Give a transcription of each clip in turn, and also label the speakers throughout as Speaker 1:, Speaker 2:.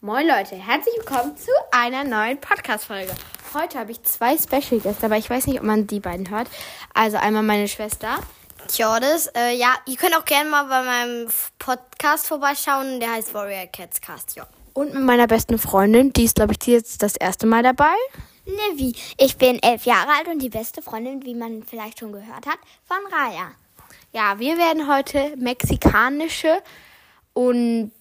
Speaker 1: Moin Leute, herzlich willkommen zu einer neuen Podcast-Folge. Heute habe ich zwei Special-Gäste, aber ich weiß nicht, ob man die beiden hört. Also einmal meine Schwester.
Speaker 2: Tjordis, äh, ja, ihr könnt auch gerne mal bei meinem F- Podcast vorbeischauen, der heißt Warrior Cats Cast, ja.
Speaker 1: Und mit meiner besten Freundin, die ist, glaube ich, die jetzt das erste Mal dabei.
Speaker 3: Nivi, ich bin elf Jahre alt und die beste Freundin, wie man vielleicht schon gehört hat, von Raya.
Speaker 1: Ja, wir werden heute mexikanische und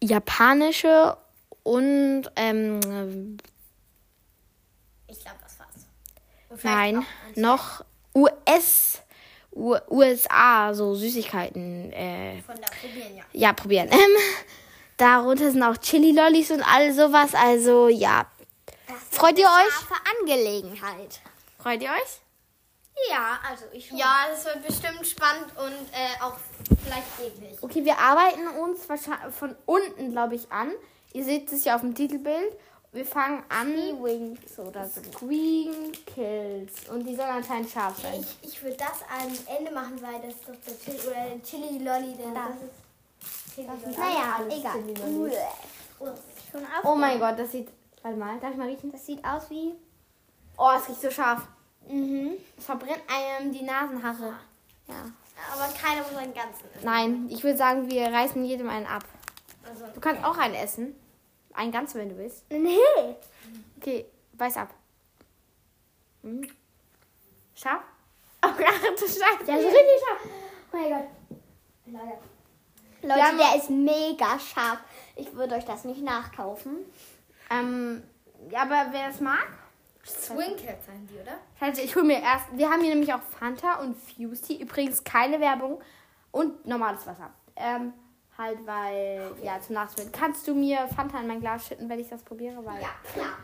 Speaker 1: japanische und ähm,
Speaker 2: Ich glaube, das war's.
Speaker 1: nein, noch US, U USA, so Süßigkeiten äh,
Speaker 2: Von da probieren, ja.
Speaker 1: Ja, probieren. Ähm, darunter sind auch Chili-Lollis und all sowas. Also ja. Freut ihr euch?
Speaker 3: Scharfe Angelegenheit.
Speaker 1: Freut ihr euch?
Speaker 2: Ja, also ich Ja, das wird bestimmt spannend und äh, auch vielleicht eklig.
Speaker 1: Okay, wir arbeiten uns wahrscheinlich von unten, glaube ich, an. Ihr seht es ja auf dem Titelbild. Wir fangen an. Wings oder so. Green Kills. Und die sollen anscheinend scharf sein.
Speaker 2: Ich, ich würde das am Ende machen, weil das ist doch der Chili oder der Chili Lolli, der das, ist Chili Lolli.
Speaker 3: Naja, egal. Schon auf.
Speaker 1: Oh mein Gott, das sieht. Warte mal, darf ich mal riechen?
Speaker 3: Das sieht aus wie.
Speaker 1: Oh, es riecht so scharf. Mhm. Es verbrennt einem die Nasenhaare. Ja.
Speaker 2: Aber keiner muss einen ganzen essen.
Speaker 1: Nein, ich würde sagen, wir reißen jedem einen ab.
Speaker 2: Also,
Speaker 1: Du kannst auch einen essen. Einen ganzen, wenn du willst.
Speaker 3: Nee.
Speaker 1: Okay, beiß ab. Hm. Scharf? Oh, ach du Scheiße.
Speaker 3: Der ist richtig scharf. Oh mein Gott. Leute. Leute,
Speaker 1: Ja,
Speaker 3: der ist mega scharf. Ich würde euch das nicht nachkaufen.
Speaker 1: Ähm, ja, aber wer es mag.
Speaker 2: Swing Cats haben die, oder?
Speaker 1: Also ich hole mir erst. Wir haben hier nämlich auch Fanta und Fusty. Übrigens keine Werbung. Und normales Wasser. Ähm, halt, weil. Ja, zum Nachspielen. Kannst du mir Fanta in mein Glas schütten, wenn ich das probiere? Weil.
Speaker 2: Ja, klar.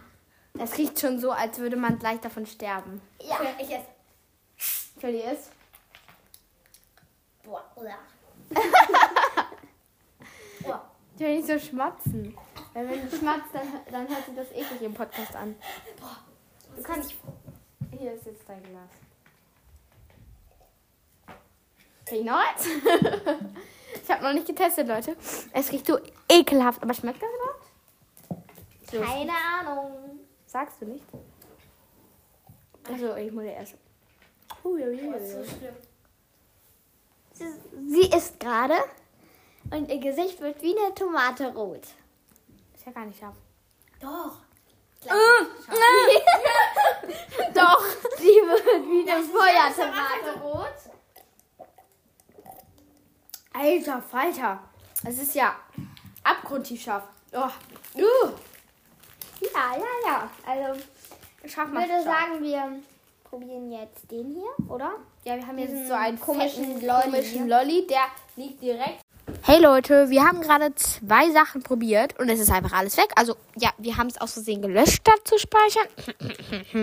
Speaker 1: Es riecht schon so, als würde man gleich davon sterben.
Speaker 2: Ja. Ich esse.
Speaker 1: Jolly ist.
Speaker 2: Boah, oder?
Speaker 1: Ich will nicht so schmatzen. Weil wenn du schmatzt, dann, dann hört sich das eklig im Podcast an.
Speaker 2: Du kannst nicht.
Speaker 1: Hier ist jetzt dein Glas. Riecht noch eins? ich habe noch nicht getestet, Leute. Es riecht so ekelhaft. Aber schmeckt das überhaupt? So,
Speaker 3: Keine Ahnung.
Speaker 1: Sagst du nicht? Also, ich muss ja erst.
Speaker 2: Oh,
Speaker 3: Oh,
Speaker 1: Uiuiui.
Speaker 2: schlimm.
Speaker 3: Sie, sie isst gerade und ihr Gesicht wird wie eine Tomate rot.
Speaker 1: Ist ja gar nicht Äh, ne. scharf.
Speaker 2: Doch.
Speaker 1: Doch,
Speaker 3: Sie wird wie eine Feuertomate.
Speaker 2: Tomate rot.
Speaker 1: alter Falter. Es ist ja abgrundtief scharf. Oh. Uh.
Speaker 3: Ja, ja, ja. Also,
Speaker 1: Scharf
Speaker 3: ich
Speaker 1: macht scharf.
Speaker 3: würde sagen, wir probieren jetzt den hier, oder?
Speaker 1: Ja, wir haben jetzt so einen
Speaker 3: komischen
Speaker 1: komischen Lolli.
Speaker 3: Lolli.
Speaker 1: komischen Lolli, der liegt direkt. Hey Leute, wir haben gerade zwei Sachen probiert und es ist einfach alles weg. Also, ja, wir haben es aus Versehen gelöscht, statt zu speichern.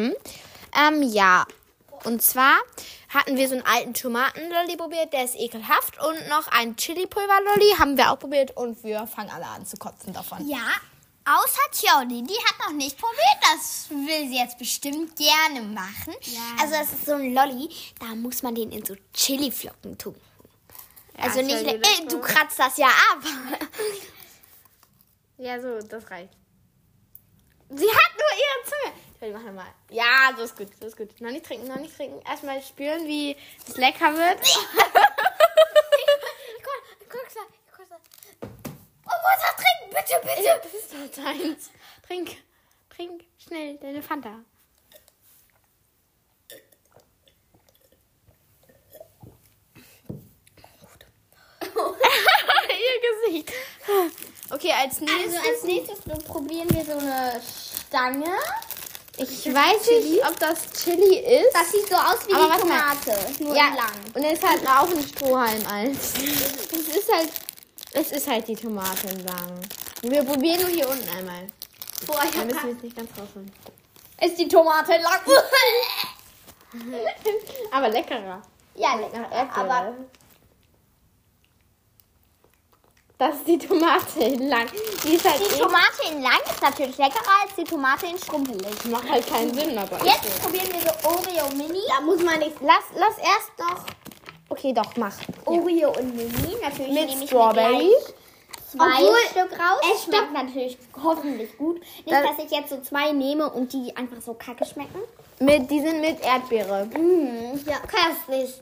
Speaker 1: ähm, ja. Und zwar hatten wir so einen alten Tomatenlolli probiert, der ist ekelhaft. Und noch einen Chili-Pulver-Lolli haben wir auch probiert und wir fangen alle an zu kotzen davon.
Speaker 4: Ja, außer Tioni, die hat noch nicht probiert. Das will sie jetzt bestimmt gerne machen.
Speaker 3: Also, das ist so ein Lolli, da muss man den in so Chiliflocken tun.
Speaker 4: also nicht,
Speaker 1: Tioni, das
Speaker 4: äh, du kratzt das ja ab.
Speaker 1: Ja, so, das reicht. Sie hat nur ihre Zunge. Ich mach nochmal. Ja, so ist gut, so ist gut. Noch nicht trinken, noch nicht trinken. Erstmal spüren, wie es lecker wird.
Speaker 4: Oh, muss das trinken, bitte, bitte.
Speaker 1: Das ist doch deins. Trink, trink schnell deine Fanta. Ihr Gesicht. Okay, als nächstes.
Speaker 4: Äh, Also, als nächstes probieren wir so eine Stange.
Speaker 1: ich weiß nicht, ob das Chili ist.
Speaker 4: Das sieht so aus wie
Speaker 1: Aber
Speaker 4: die
Speaker 1: warte mal.
Speaker 4: Tomate, nur
Speaker 1: ja,
Speaker 4: lang.
Speaker 1: und es hat auch ein Strohhalm als. Es ist halt, es ist halt die Tomate lang. Wir probieren nur hier unten einmal. Da müssen wir es nicht ganz rausholen.
Speaker 4: Ist die Tomate lang?
Speaker 1: Aber leckerer.
Speaker 4: ja,
Speaker 1: Nach
Speaker 4: lecker.
Speaker 1: Erdbeere.
Speaker 4: Aber
Speaker 1: Das ist die Tomate lang. Die ist halt
Speaker 4: die
Speaker 1: eh,
Speaker 4: Tomate in lang ist natürlich leckerer als die Tomate in schrumpelig.
Speaker 1: macht halt keinen Sinn, aber.
Speaker 4: Jetzt probieren wir so Oreo Mini.
Speaker 3: Da muss man nicht.
Speaker 1: Lass, lass erst noch. Okay, doch, mach.
Speaker 3: Oreo und Mini, natürlich
Speaker 1: Mit
Speaker 3: nehme ich mir
Speaker 1: Strawberry.
Speaker 3: gleich zwei
Speaker 4: Obwohl,
Speaker 3: Stück raus.
Speaker 4: es
Speaker 3: Es schmeckt natürlich hoffentlich gut. Nicht, dass ich jetzt so zwei nehme und die einfach so kacke schmecken.
Speaker 1: Mit, die sind mit Erdbeere.
Speaker 3: Mm, ja, köstlich.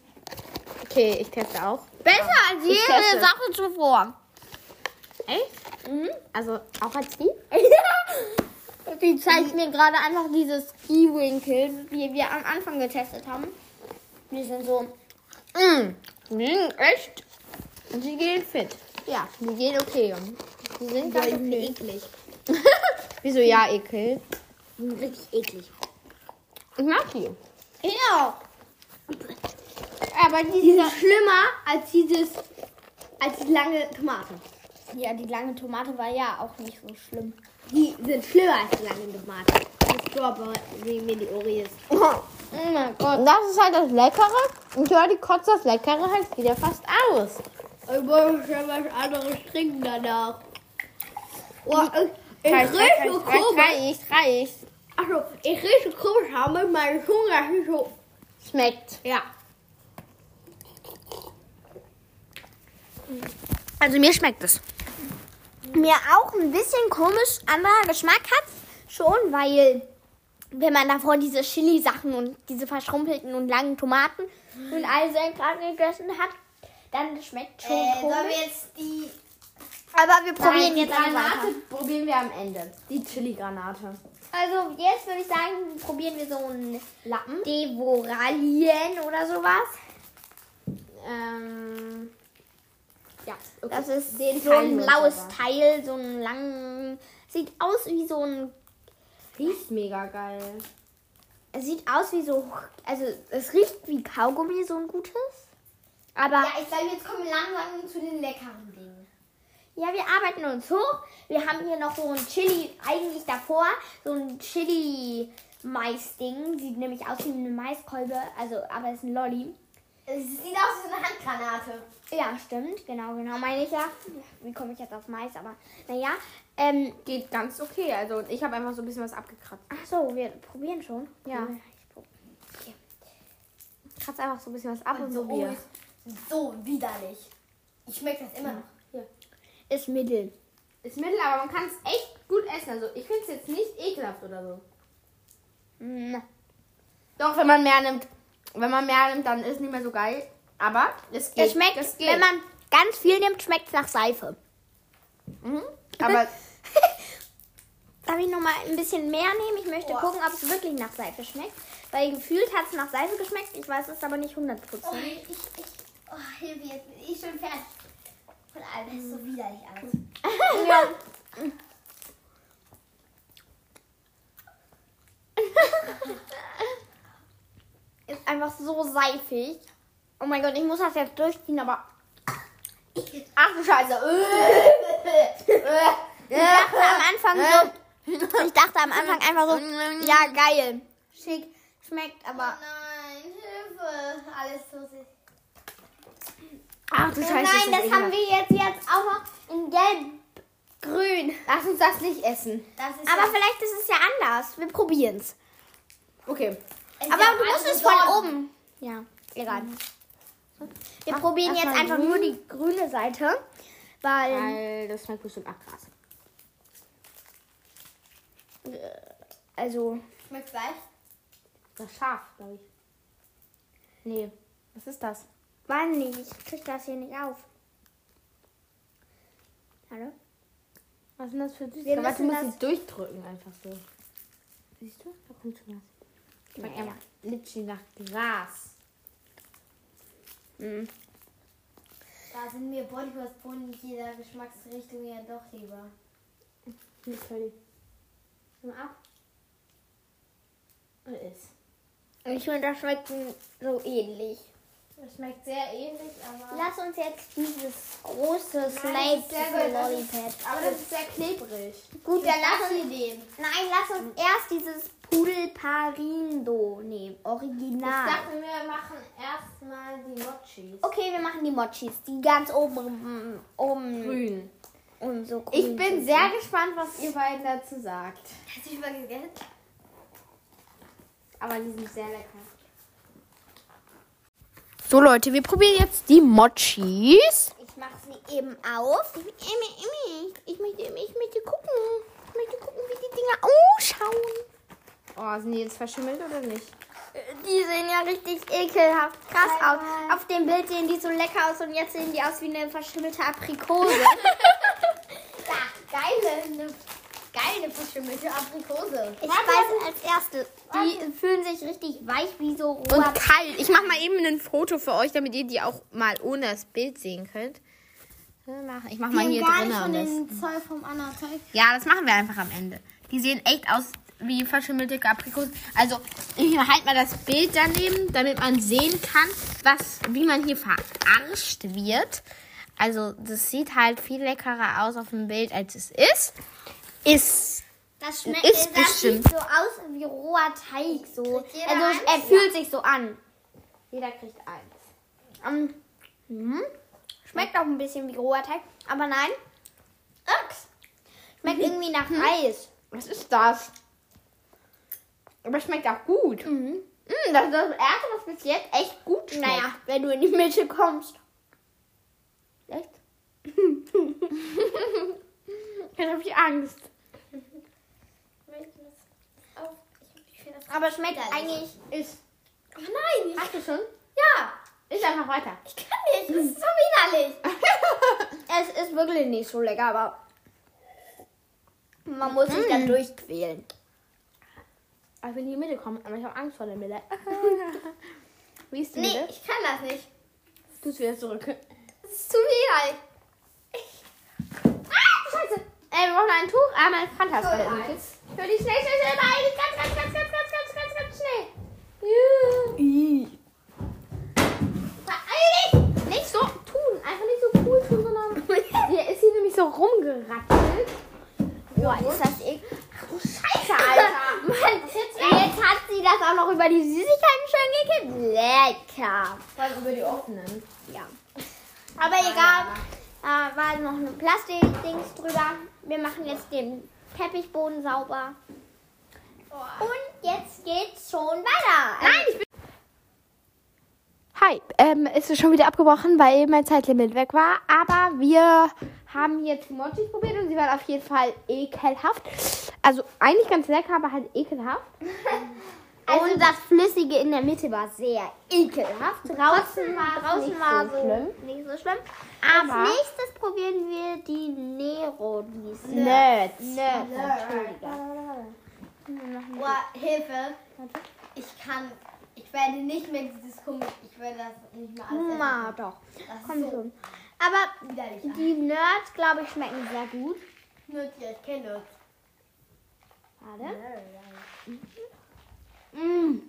Speaker 1: Okay, ich teste auch.
Speaker 4: Besser als
Speaker 1: teste.
Speaker 4: jede Sache zuvor.
Speaker 1: Echt? Mhm. Also auch als die?
Speaker 3: Die zeigt mir gerade einfach diese Ski-Winkel, die wir am Anfang getestet haben. Die sind so,
Speaker 1: Mhm. Die sind echt. Und die gehen fit.
Speaker 3: ja,
Speaker 1: Die gehen okay.
Speaker 3: die sind ganz schön eklig.
Speaker 1: Wieso ja, Ekel?
Speaker 3: Die sind Richtig eklig.
Speaker 1: Ich mag die.
Speaker 3: Genau. Aber die sind schlimmer als dieses, als die lange Tomate. Ja, die lange Tomate war ja auch nicht so schlimm. Die sind schlimmer als die lange Tomate. Die Strawberry mini Oreos.
Speaker 1: Oh mein Gott. Das ist halt das Leckere. Und ja, die kotzt das Leckere halt wieder fast aus.
Speaker 3: Ich muss ja was anderes trinken danach. Oh, ich, ich
Speaker 1: Reicht, reicht,
Speaker 3: rieche
Speaker 1: reicht,
Speaker 3: komisch.
Speaker 1: reicht, reicht.
Speaker 4: Also,
Speaker 3: Achso, ich rieche komisch, aber meine Zunge riecht so.
Speaker 1: Schmeckt.
Speaker 3: Ja.
Speaker 1: Also mir schmeckt es.
Speaker 3: mir auch ein bisschen komisch anderer Geschmack hat. Schon, weil wenn man davor diese Chili-Sachen und diese verschrumpelten und langen Tomaten und all so ein Kram gegessen hat, dann schmeckt schon komisch.
Speaker 4: jetzt die.
Speaker 3: Aber wir probieren
Speaker 1: die
Speaker 3: jetzt einfach.
Speaker 1: Granate probieren wir am Ende. Die Chili-Granate.
Speaker 3: Also jetzt würde ich sagen, probieren wir so ein
Speaker 1: Lappen.
Speaker 3: Hm? Devoralien oder sowas.
Speaker 1: Ähm. Ja, okay.
Speaker 3: Das ist so
Speaker 1: teilen
Speaker 3: ein
Speaker 1: wir uns
Speaker 3: blaues
Speaker 1: aber.
Speaker 3: Teil, so ein langen. Sieht aus wie so ein
Speaker 1: riecht mega geil.
Speaker 3: Es sieht aus wie so. Also, es riecht wie Kaugummi, so ein gutes. Aber ja,
Speaker 4: Ja, ich glaube, jetzt kommen wir langsam zu den leckeren Dingen.
Speaker 3: wir arbeiten uns hoch. Wir haben hier noch so ein Chili, eigentlich davor, so ein Chili-Mais-Ding. Sieht nämlich aus wie eine Maiskolbe, also, aber es ist ein Lolli.
Speaker 4: Es sieht aus wie eine Handgranate.
Speaker 3: Ja, stimmt, genau, genau, meine ich ja. Wie komme ich jetzt auf Mais? Aber naja. Ähm,
Speaker 1: Geht ganz okay. Also ich habe einfach so ein bisschen was abgekratzt.
Speaker 3: ach so, wir probieren schon.
Speaker 1: Ja.
Speaker 3: Ich prob-
Speaker 1: Kratz einfach so ein bisschen was ab und,
Speaker 4: so
Speaker 1: probier.
Speaker 4: So widerlich. Ich schmecke das immer noch.
Speaker 3: Ist mittel.
Speaker 1: Ist mittel, aber man kann es echt gut essen. Also ich finde es jetzt nicht ekelhaft oder so.
Speaker 3: Mm.
Speaker 1: Doch, wenn man mehr nimmt, wenn man mehr nimmt, dann ist nicht mehr so geil. Aber es geht.
Speaker 3: Es schmeckt,
Speaker 1: es geht.
Speaker 3: wenn man ganz viel nimmt, schmeckt es nach Seife.
Speaker 1: Mhm. Aber
Speaker 3: Darf ich noch mal ein bisschen mehr nehmen? Ich möchte gucken, ob es wirklich nach Seife schmeckt. Weil gefühlt hat es nach Seife geschmeckt. Ich weiß es aber nicht 100%.
Speaker 4: Oh, ich, ich, oh, Hilfe, jetzt bin ich schon fertig. Von allem das ist so widerlich alles.
Speaker 3: Ist einfach so seifig. Oh mein Gott, ich muss das jetzt durchziehen, aber
Speaker 1: ach du Scheiße.
Speaker 3: Äh. ich dachte am Anfang so. Ich dachte am Anfang einfach so. Ja, geil. Schick. Schmeckt aber.
Speaker 4: Nein, Hilfe. Alles so süß.
Speaker 1: Ach du Scheiße. ist
Speaker 3: Nein, das
Speaker 1: ekelhaft.
Speaker 3: haben wir jetzt, jetzt auch noch in gelb. Grün.
Speaker 1: Lass uns das nicht essen.
Speaker 4: Das ist
Speaker 3: Aber
Speaker 4: ja,
Speaker 3: vielleicht ist es ja anders. Wir probieren's.
Speaker 1: Okay.
Speaker 4: es ist
Speaker 3: Aber
Speaker 4: ja
Speaker 3: du musst
Speaker 4: alles
Speaker 3: es von
Speaker 4: verdorben.
Speaker 3: oben. Ja, egal. Wir probieren
Speaker 1: mach
Speaker 3: jetzt
Speaker 1: mal
Speaker 3: einfach nur die grüne Seite,
Speaker 1: Ähm.
Speaker 3: weil
Speaker 1: Weil das schmeckt bestimmt nach Gras.
Speaker 3: also
Speaker 4: Schmeckt gleich.
Speaker 1: Das ist scharf, glaube ich. Nee. Was ist das?
Speaker 3: Mann, nicht, ich krieg das hier nicht auf. Hallo?
Speaker 1: Was ist denn das für
Speaker 3: Wir
Speaker 1: Süßigkeit? Warte, du
Speaker 3: müssen
Speaker 1: musst
Speaker 3: das-
Speaker 1: es durchdrücken einfach so. Siehst du? Da kommt schon was. Schmeckt
Speaker 3: Naja.
Speaker 1: einfach literally nach Gras. Mhm.
Speaker 4: Da sind mir Bodycross-Bohnen jeder Geschmacksrichtung ja doch lieber.
Speaker 1: Nicht völlig. Nimm ab. Und ist.
Speaker 3: Ich finde, das schmeckt so ähnlich.
Speaker 4: Es schmeckt sehr ähnlich, aber.
Speaker 3: Lass uns jetzt dieses große Slate
Speaker 4: Nein, das ist sehr gut, das ist-
Speaker 3: Lollipad.
Speaker 4: Aber das ist sehr klebrig.
Speaker 3: Gut, dann lass uns.
Speaker 4: lassen wir den.
Speaker 3: Nein, lass uns erst dieses Pudelparindo nehmen.
Speaker 4: Ich
Speaker 3: Original.
Speaker 4: dachte, wir machen erstmal die Mochis.
Speaker 3: Okay, wir machen die Mochis. Die ganz oben. mm, oben
Speaker 1: Grün.
Speaker 3: und so grün
Speaker 1: Ich bin
Speaker 3: sind.
Speaker 1: sehr gespannt, was ihr beiden dazu sagt.
Speaker 4: Hast du mal gegessen?
Speaker 1: Aber die sind sehr lecker. So Leute, wir probieren jetzt die Mochis.
Speaker 4: Ich
Speaker 3: mach sie eben auf. Emmy, Emmy, ich möchte, ich möchte gucken. Ich möchte gucken, wie die Dinger ausschauen.
Speaker 1: Oh, sind die jetzt verschimmelt oder nicht?
Speaker 3: Die sehen ja richtig ekelhaft krass aus. Auf dem Bild sehen die so lecker aus und jetzt sehen die aus wie eine verschimmelte Aprikose.
Speaker 4: Geile, ne, geile verschimmelte Aprikose.
Speaker 3: Ich weiß als erste. Die fühlen sich richtig weich wie so
Speaker 1: Und
Speaker 3: roher
Speaker 1: kalt. Ich mache mal eben ein Foto für euch, damit ihr die auch mal ohne das Bild sehen könnt. Ich mache mal hier drinnen.
Speaker 4: Zoll vom Anna-Teig.
Speaker 1: Ja, das machen wir einfach am Ende. Die sehen echt aus wie verschimmelte Aprikosen. Also, ich halte mal das Bild daneben, damit man sehen kann, was, wie man hier verarscht wird. Also, das sieht halt viel leckerer aus auf dem Bild, als es ist. Ist.
Speaker 3: Das schmeckt
Speaker 1: Ist
Speaker 3: das
Speaker 1: bestimmt.
Speaker 3: sieht so aus wie roher Teig so.
Speaker 4: jeder
Speaker 3: Also
Speaker 4: eins?
Speaker 3: er fühlt sich so an. Jeder kriegt eins. Ähm, mhm. Schmeckt auch ein bisschen wie roher Teig, aber nein. Ups. Schmeckt irgendwie nach Eis.
Speaker 1: Was ist das? Aber schmeckt auch gut.
Speaker 3: Hm, das ist das erste, was bis jetzt echt gut schmeckt. Naja, wenn du in die Mitte kommst. Echt?
Speaker 1: Jetzt habe ich Angst.
Speaker 3: Aber schmeckt eigentlich.
Speaker 1: Ist.
Speaker 3: Oh nein!
Speaker 1: Hast du schon?
Speaker 3: Ja!
Speaker 1: Ist einfach weiter.
Speaker 3: Ich kann nicht, das ist so widerlich. es ist wirklich nicht so lecker, aber man muss sich
Speaker 4: Hm.
Speaker 3: dann durchquälen.
Speaker 1: Aber ich will in die Mitte kommen, aber ich habe Angst vor der Mitte. Wie ist die
Speaker 2: Nee,
Speaker 1: Mitte?
Speaker 2: ich kann das nicht.
Speaker 1: Du es wieder zurück.
Speaker 2: Das ist zu widerlich.
Speaker 3: Ah,
Speaker 1: Ey, wir brauchen ein Tuch. Ah, mein Vater ist gerade im Kiss.
Speaker 3: Für die schnell, schnell, schnell, beeilen. Ganz, ganz, ganz, ganz, ganz, ganz, ganz, ganz schnell. Beeil dich! Nicht so tun, einfach nicht so cool tun, sondern.
Speaker 1: Der ist hier nämlich so rumgerattelt.
Speaker 3: Boah, ist das eklig. Ach du Scheiße, Alter. Mann, jetzt, hat sie das auch noch über die Süßigkeiten schön gekippt. Lecker.
Speaker 1: Voll über die offenen.
Speaker 3: Ja. Aber egal. Äh, war noch ein Plastikdings drüber. Wir machen jetzt den Teppichboden sauber. Und jetzt geht's schon weiter. Nein, ich bin
Speaker 1: Hi, ähm, es ist schon wieder abgebrochen, weil eben mein Zeitlimit weg war. Aber wir haben hier Timochis probiert und sie waren auf jeden Fall ekelhaft. Also eigentlich ganz lecker, aber halt ekelhaft.
Speaker 3: also das Flüssige in der Mitte war sehr ekelhaft. Draußen war draußen nicht war so schlimm. nicht so schlimm.
Speaker 1: Aber-
Speaker 3: Als nächstes probieren wir die Nero. Diese.
Speaker 1: Nerds.
Speaker 4: Boah, Hilfe. Ich kann, ich werde nicht mehr dieses komisch, ich werde das nicht mehr alles
Speaker 3: Ma, doch.
Speaker 4: essen. Das ist
Speaker 3: Komm
Speaker 4: so
Speaker 3: schon. Aber
Speaker 4: widerlich.
Speaker 3: die Nerds, glaube ich, schmecken sehr gut.
Speaker 4: Nützt ihr, ich kenne das.
Speaker 3: Warte. Mm.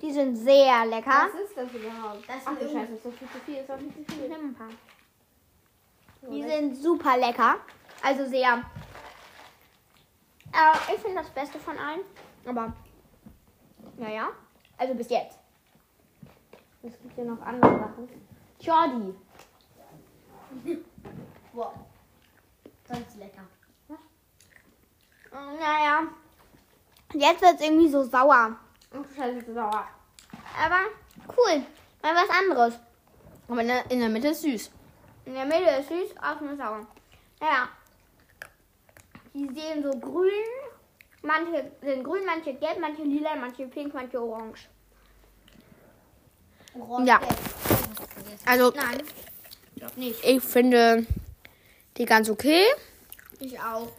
Speaker 3: Die sind sehr lecker.
Speaker 1: Was ist das überhaupt?
Speaker 4: Das ist
Speaker 1: Ach du
Speaker 4: irgendwie-
Speaker 1: Scheiße, Also, ist doch viel zu viel. Ist doch viel zu viel.
Speaker 3: Nimm ein paar. Die sind super lecker. Also sehr. Äh, ich finde das Beste von allen. Aber naja. Also bis jetzt.
Speaker 1: Es gibt hier noch andere Sachen. Jordi.
Speaker 4: Boah. Ganz lecker.
Speaker 3: Mm, Naja. Jetzt wird es irgendwie so sauer.
Speaker 1: Ach du Scheiße, ist das sauer.
Speaker 3: Aber cool. Mal was anderes.
Speaker 1: Aber in der, in der Mitte ist süß.
Speaker 3: In der Mitte ist süß, außen ist sauer. Ja. Die sehen so grün. Manche sind grün, manche gelb, manche lila, manche pink, manche orange.
Speaker 4: Orange.
Speaker 1: Ja. Also,
Speaker 3: Nein.
Speaker 1: ich finde die ganz okay.
Speaker 3: Ich auch.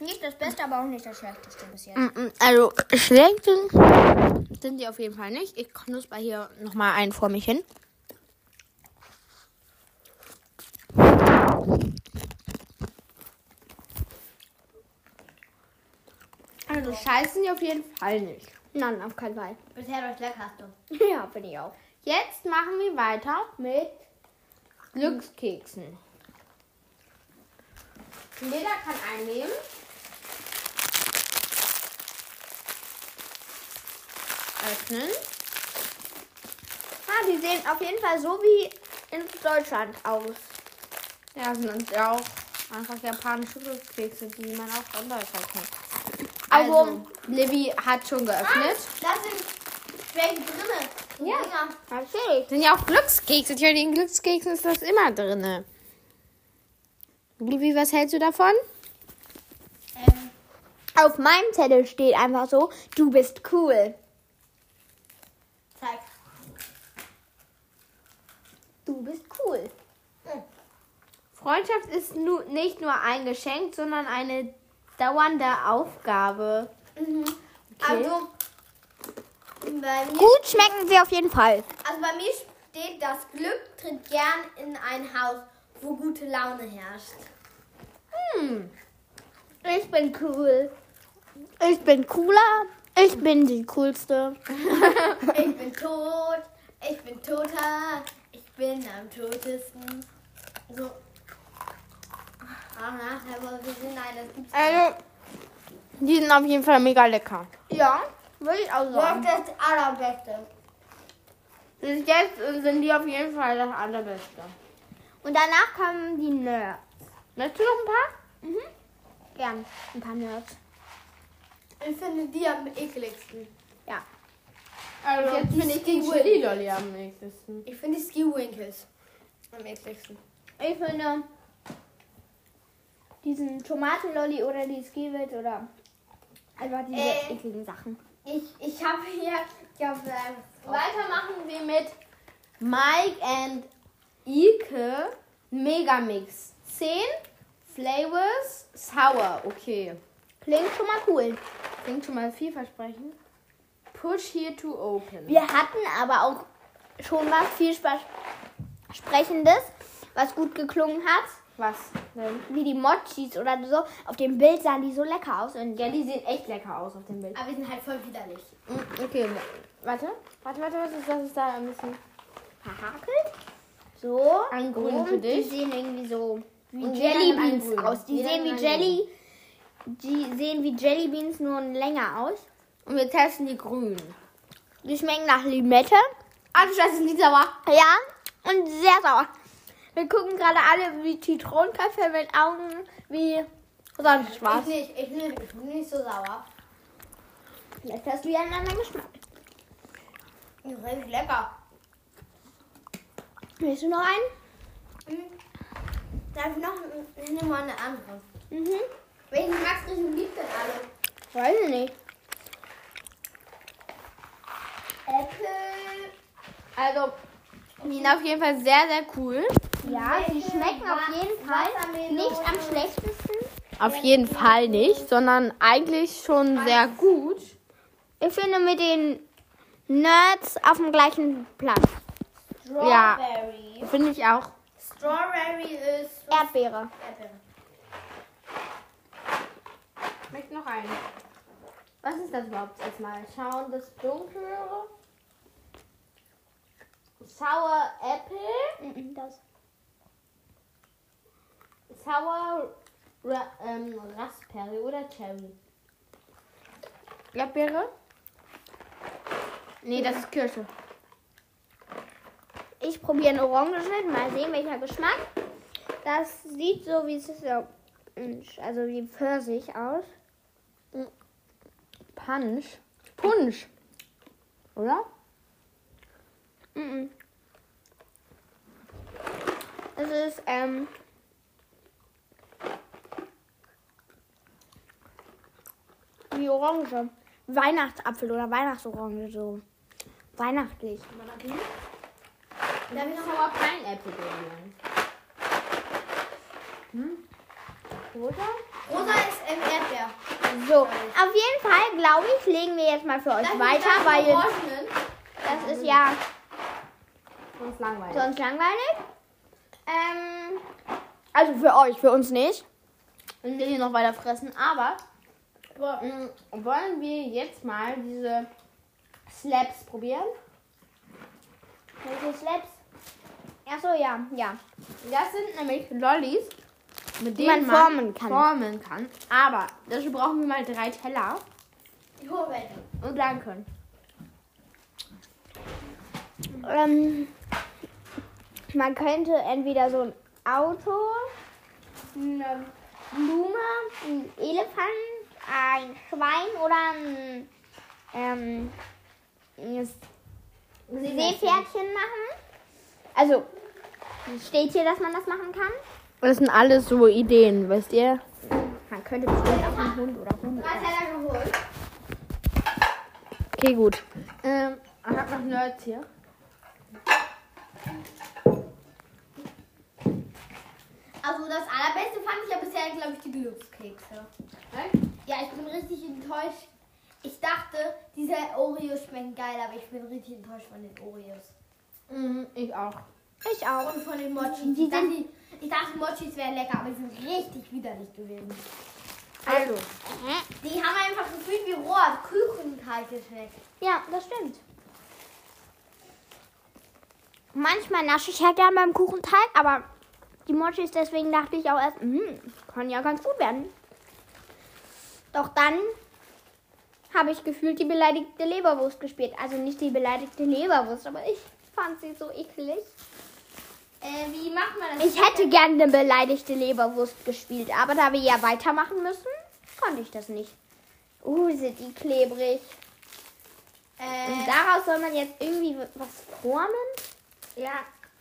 Speaker 3: Nicht das Beste, aber auch nicht das Schlechteste bis jetzt.
Speaker 1: Mm-mm, Also, schlecht sind, sind die auf jeden Fall nicht. Ich knusper hier nochmal einen vor mich hin. Also, scheißen die auf jeden Fall nicht.
Speaker 3: Nein, auf keinen Fall.
Speaker 4: Bisher das leckerste.
Speaker 3: Ja, bin ich auch.
Speaker 1: Jetzt machen wir weiter mit Mhm. Glückskeksen. Jeder kann einnehmen. Öffnen.
Speaker 3: Ah, die sehen auf jeden Fall so wie in Deutschland aus.
Speaker 1: Ja, sind ja auch einfach japanische Glückskekse, die man auch in Deutschland kennt. Also, Libby hat schon geöffnet.
Speaker 4: Da sind welche drinne.
Speaker 1: Ja.
Speaker 4: Dinger.
Speaker 3: Natürlich.
Speaker 1: Sind ja auch Glückskekse. Tja, in den Glückskeksen ist das immer drin. Wie, was hältst du davon?
Speaker 4: Ähm,
Speaker 3: Auf meinem Zettel steht einfach so, du bist cool.
Speaker 4: zeig.
Speaker 3: Du bist cool.
Speaker 1: Freundschaft ist nu nicht nur ein Geschenk, sondern eine dauernde Aufgabe.
Speaker 4: Also, bei mir,
Speaker 3: Gut schmecken sie auf jeden Fall.
Speaker 4: also bei mir steht, das Glück tritt gern in ein Haus, wo gute Laune herrscht.
Speaker 3: Ich bin cool. Ich bin cooler. Ich bin die coolste.
Speaker 4: Ich bin tot, ich bin toter, ich bin am totesten. So. Ach, nachher wollen wir sehen, nein, das gibt's
Speaker 1: Also, die sind auf jeden Fall mega lecker.
Speaker 3: Ja, würde ich auch
Speaker 4: Das ist das Allerbeste.
Speaker 1: Bis jetzt sind die auf jeden Fall das allerbeste.
Speaker 3: Und danach kommen die Nerds.
Speaker 1: Möchtest du noch ein paar?
Speaker 3: Mhm. Gern. Ein paar Nerds.
Speaker 4: Ich finde die am ekligsten.
Speaker 1: Also,
Speaker 4: Jetzt
Speaker 1: die
Speaker 4: bin ich
Speaker 1: Ski-
Speaker 4: die
Speaker 1: Chili Dolly am nächsten.
Speaker 4: Ich finde die Ski Winkles am ekligsten.
Speaker 3: Ich finde diesen Tomatenlolli oder die Skiwelt oder einfach diese
Speaker 4: Äh.
Speaker 3: ekligen Sachen.
Speaker 4: Ich, ich habe hier, ich habe
Speaker 1: Weiter machen wir mit Mike and Ike Megamix. 10 Flavors Sour. Okay.
Speaker 3: Klingt schon mal cool.
Speaker 1: Klingt schon mal vielversprechend. Push here to open.
Speaker 3: Wir hatten aber auch schon was vielversprechendes, was gut geklungen hat.
Speaker 1: Was denn?
Speaker 3: Wie die Mochis oder so. Auf dem Bild sahen die so lecker aus. Und
Speaker 1: Ja, die sehen echt lecker aus auf dem Bild.
Speaker 4: aber wir sind halt voll widerlich.
Speaker 1: Mm, Okay, warte. Warte, warte, was ist das? Ist da ein bisschen.
Speaker 3: verhakelt. So.
Speaker 1: Ein Grün
Speaker 3: Und
Speaker 1: für
Speaker 3: Die
Speaker 1: dich.
Speaker 3: sehen irgendwie so wie
Speaker 1: Und jeder nimmt ein
Speaker 3: Jellybeans
Speaker 1: Grün.
Speaker 3: aus. Die
Speaker 1: Jeder
Speaker 3: sehen wie
Speaker 1: nimmt ein
Speaker 3: Jelly. Die sehen wie Jellybeans nur länger aus.
Speaker 1: Und wir testen die grünen.
Speaker 3: Die schmecken nach Limette.
Speaker 1: Also, das ist nicht sauer.
Speaker 3: Ja. Und sehr sauer. Wir gucken gerade alle wie Zitronenkaffee mit Augen wie Sonnenschwarz.
Speaker 4: Ich nicht, ich nicht, ich bin nicht so sauer.
Speaker 3: Vielleicht hast du ja einen anderen Geschmack.
Speaker 4: Die sind richtig lecker.
Speaker 3: Willst du noch einen?
Speaker 4: Darf ich Hm. noch ich nehme mal eine andere?
Speaker 3: Mhm.
Speaker 4: Welchen Max Richtung gibt denn Also alle?
Speaker 3: Weiß ich nicht.
Speaker 4: Apple.
Speaker 1: Also, die sind auf jeden Fall sehr, sehr cool.
Speaker 3: Ja, die schmecken auf jeden Fall
Speaker 4: Wassermelone.
Speaker 3: nicht am schlechtesten.
Speaker 1: Auf jeden Fall nicht, sondern eigentlich schon sehr gut.
Speaker 3: Ich finde mit den Nerds auf dem gleichen Platz.
Speaker 4: Strawberry.
Speaker 1: Finde ich auch.
Speaker 4: Strawberry ist
Speaker 3: Erdbeere.
Speaker 4: Apple.
Speaker 1: Schmeckt noch ein. Was ist das überhaupt erstmal? Schauen, das dunklere. Sour Apple.
Speaker 3: Mhm, Das.
Speaker 1: Sour Ra ähm, Raspberry oder Cherry. Erdbeere? Nee, das ist Kirsche.
Speaker 3: Ich probiere einen Orangenschnitt, mal sehen, welcher Geschmack. Das sieht so wie es ist, so, also wie Pfirsich aus.
Speaker 1: Punch. Punch. Oder?
Speaker 3: Mhm. Es ist, ähm, wie Orange. Weihnachtsapfel oder Weihnachtsorange, so weihnachtlich.
Speaker 1: Darf ich nochmal Pineapple probieren? Hm? Oder?
Speaker 4: Rosa ist ähm, Erdbeer.
Speaker 3: So, auf jeden Fall, glaube ich, legen wir jetzt mal für euch weiter, weil
Speaker 4: weil.
Speaker 3: das ist ja
Speaker 1: Sonst langweilig.
Speaker 3: sonst langweilig. Ähm, also für euch, für uns nicht.
Speaker 1: Und wir hier noch weiter fressen. Aber mh, wollen wir jetzt mal diese Slaps probieren?
Speaker 3: Welche Slaps? Achso, ja, ja.
Speaker 1: Das sind nämlich Lollis, mit
Speaker 3: Die
Speaker 1: denen
Speaker 3: man formen kann.
Speaker 1: formen kann. Aber dafür brauchen wir mal drei Teller
Speaker 4: Ich hole welche.
Speaker 1: und dann können.
Speaker 3: Ähm, man könnte entweder so ein Auto, eine Blume, ein Elefant, ein Schwein oder ein, ähm, ein Seepferdchen machen. Also steht hier, dass man das machen kann.
Speaker 1: Das sind alles so Ideen, wisst ihr?
Speaker 3: Man könnte bestimmt auch einen Hund oder Hunde.
Speaker 4: Drei Teller geholt.
Speaker 1: Okay, gut. Ähm, ich hab noch Nerds hier.
Speaker 4: Also das allerbeste fand ich ja bisher, glaube ich, die Glückskekse. Ja, ich bin richtig enttäuscht. Ich dachte, diese Oreos schmecken geil, aber ich bin richtig enttäuscht von den Oreos.
Speaker 1: Mhm, ich auch.
Speaker 3: Ich auch.
Speaker 4: Und von den Mochis. Ich dachte, ich dachte Mochis wären lecker, aber die sind richtig widerlich gewesen.
Speaker 1: Also,
Speaker 4: Die haben einfach gefühlt wie roher Kühlkuchenteig geschmeckt.
Speaker 3: Ja, das stimmt. Manchmal nasche ich ja gern beim Kuchenteig, aber die Mochis, deswegen dachte ich auch erst, hm, kann ja ganz gut werden. Doch dann habe ich gefühlt die beleidigte Leberwurst gespielt. Also nicht die beleidigte Leberwurst, aber ich fand sie so eklig.
Speaker 4: Äh, wie macht man das?
Speaker 3: Ich hätte gern eine beleidigte Leberwurst gespielt, aber da wir ja weitermachen müssen, konnte ich das nicht. Uh, sind die klebrig. Und
Speaker 4: Äh,
Speaker 3: daraus soll man jetzt irgendwie was formen?
Speaker 1: ja,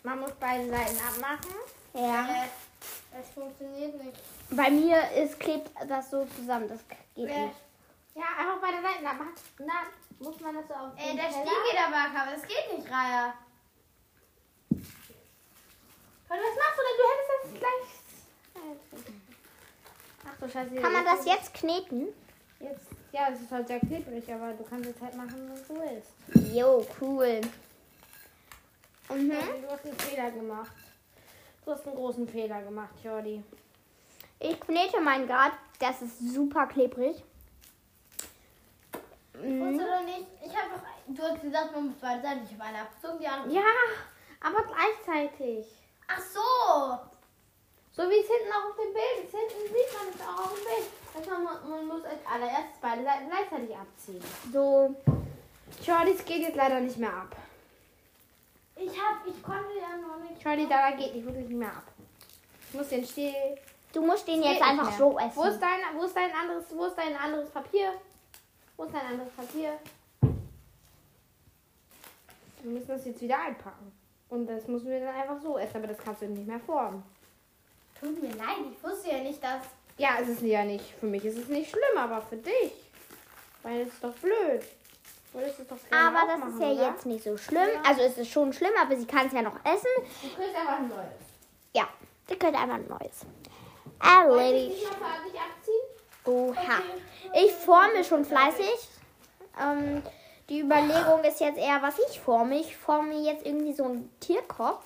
Speaker 1: man muss beide Seiten abmachen.
Speaker 3: Ja.
Speaker 4: äh, das funktioniert nicht.
Speaker 3: Bei mir ist, klebt das so zusammen, das geht
Speaker 4: Äh,
Speaker 3: nicht.
Speaker 1: Ja, einfach beide Seiten abmachen. Und dann muss man das so auf
Speaker 4: Äh,
Speaker 1: den
Speaker 4: der
Speaker 1: Teller-
Speaker 4: Stiel geht aber, aber das geht nicht, Raya.
Speaker 1: Und was machst du denn? Du hättest das gleich... Ach du Scheiße.
Speaker 3: Kann man das jetzt kneten?
Speaker 1: Jetzt, ja, es ist halt sehr klebrig, aber du kannst jetzt halt machen, was du willst.
Speaker 3: Jo, cool.
Speaker 4: Hm?
Speaker 3: Mhm.
Speaker 1: Also, Du hast einen Fehler gemacht. Du hast einen großen Fehler gemacht, Jordi.
Speaker 3: Ich knete meinen Grad, das ist super klebrig.
Speaker 4: Wusstest du nicht? Ich hab doch, du hast gesagt, man muss beide Seiten. Ich habe eine abgezogen, die andere.
Speaker 1: Ja, aber gleichzeitig.
Speaker 4: Ach so!
Speaker 1: So wie es hinten auch auf dem Bild ist. Hinten sieht man es auch auf dem Bild. Also man, man muss als allererstes beide Seiten gleichzeitig abziehen.
Speaker 3: So,
Speaker 1: Jordi, es geht jetzt leider nicht mehr ab.
Speaker 4: Ich hab, ich konnte ja noch nicht.
Speaker 1: Jordi, da geht nicht wirklich nicht mehr ab. Ich muss den Stiel...
Speaker 3: du musst den jetzt
Speaker 1: Geht nicht
Speaker 3: einfach
Speaker 1: mehr.
Speaker 3: so
Speaker 1: Wo ist,
Speaker 3: essen.
Speaker 1: dein, wo, ist dein anderes, wo ist dein anderes Papier? Wo ist dein anderes Papier? Wir müssen das jetzt wieder einpacken. Und das müssen wir dann einfach so essen, aber das kannst du eben nicht mehr formen.
Speaker 4: Tut mir leid, ich wusste ja nicht, dass.
Speaker 1: Ja, es ist ja nicht, für mich ist es nicht schlimm, aber für dich. Weil es ist doch blöd. Wolltest du es doch gerne
Speaker 3: Aber
Speaker 1: auch
Speaker 3: das ist
Speaker 1: machen,
Speaker 3: ja
Speaker 1: oder?
Speaker 3: jetzt nicht so schlimm. Also es ist schon schlimm, aber sie kann es ja noch essen.
Speaker 4: Du kriegst einfach ein neues.
Speaker 3: Ja, sie könnte einfach ein neues. Alrighty.
Speaker 4: Ich hoffe, hat dich abziehen.
Speaker 3: Oha. Ich forme schon fleißig. Ähm, die Überlegung ist jetzt eher, was ich forme. Ich forme jetzt irgendwie so einen Tierkopf.